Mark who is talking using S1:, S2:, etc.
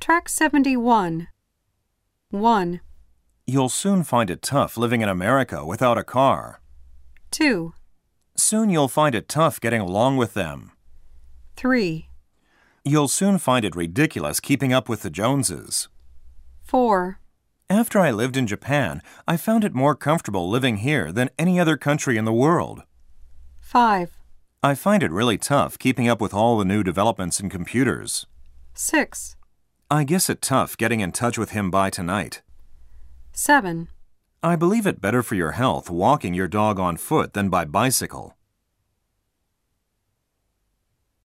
S1: Track 71. 1,
S2: You'll soon find it tough living in America without a car.
S1: 2,
S2: Soon you'll find it tough getting along with them.
S1: 3,
S2: You'll soon find it ridiculous keeping up with the Joneses.
S1: 4,
S2: After I lived in Japan, I found it more comfortable living here than any other country in the world.
S1: 5,
S2: I find it really tough keeping up with all the new developments in computers.
S1: 6,
S2: I guess it tough getting in touch with him by tonight.
S1: 7.
S2: I believe it better for your health walking your dog on foot than by bicycle.